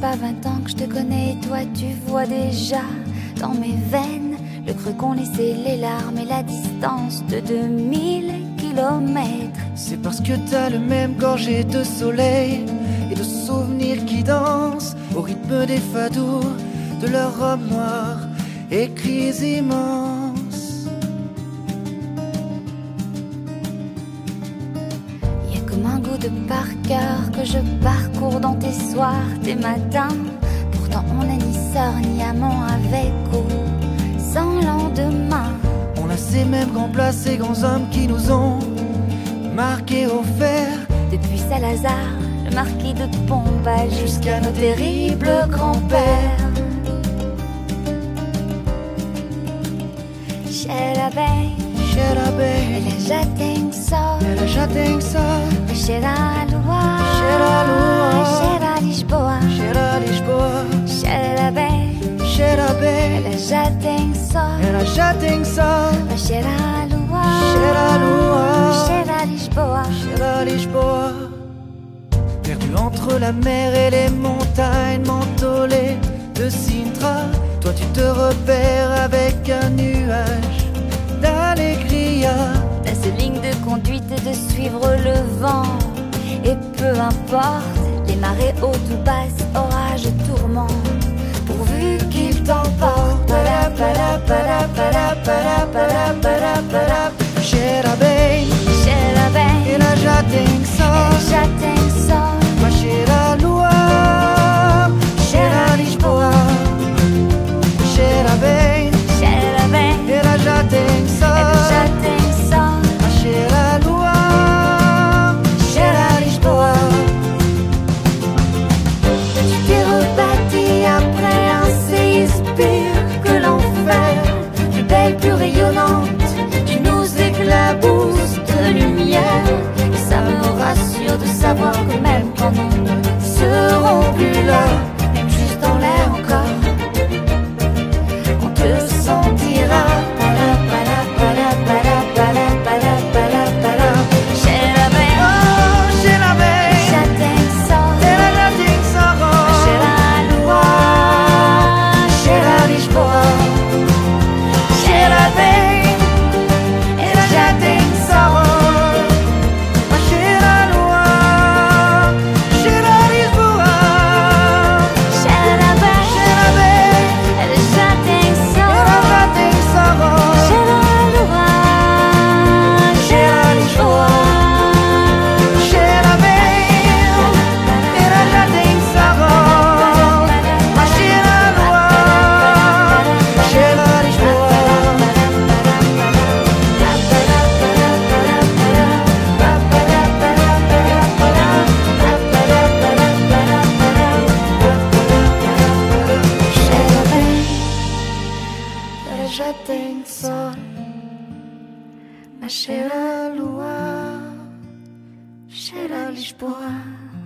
pas 20 ans que je te connais et toi tu vois déjà dans mes veines le creux qu'ont laissé les larmes et la distance de 2000 kilomètres. C'est parce que t'as le même gorgé de soleil et de souvenirs qui dansent au rythme des fadours, de leurs robes noires et cris immenses. Y a comme un goût de par cœur que je parcours dans tes soirs, tes matins. Pourtant on n'est ni sœur ni amant avec ou sans lendemain. On a ces mêmes grands plats, ces grands hommes qui nous ont marqués au fer Depuis Salazar, le marquis de Pombal, jusqu'à nos terrible terribles grands-pères. grand-père. Chez la veille, Chez la baie, elle jateng sort, elle jateng ça, chez la Chez la Loire, Loire. chez la Lisboa, chez la Lisboa, chez la veille, chez la baie, elle jateng sort, elle jateng ça, chez la chez Loire, la Loire. chez la Lisboa, Chez la Lisboa, perdu entre la mer et les montagnes mentolées de Sintra. Toi, tu te repères avec un nuage d'allégria. t'as ce ligne de conduite de suivre le vent, et peu importe les marées hautes ou basses, orages, tourments, pourvu qu'il t'emporte. Para, para, para, para, para, para, para, para. Chez la baie, Chez la veille, et la jateng elle sort. jateng sort. Ma chez la Loire, chez la Lisboa, chez la baie, et la jateng sort. Chez la Loire, chez la Lisboa. Tu t'es rebâti après un séisme pire que l'enfer. Plus belle, plus rayonnante, tu nous éclabousses de lumière. Et ça me rassure de savoir que même quand nous ne serons plus là, même juste dans l'air encore, on te sentira. Pala, pala, pala, pala, pala, pala, pala, pala. Chez la mer, Oh, chez la mer, j'attends sans. et la jateng Chez sort. la Loire, chez la Lisboa, chez la veille, et la jardin sort. Ma chez la Loire, chez la Lisboa, Chez la chez veille, la mer, et le jardin et la sort. jateng Chez sort. la Loire, chez la Lisboa. Chez la mer, et la jateng sort. Ma chez la Loire, chez la Lisboa. Jateng sol, ma chez la Loire, chez la Lisboa.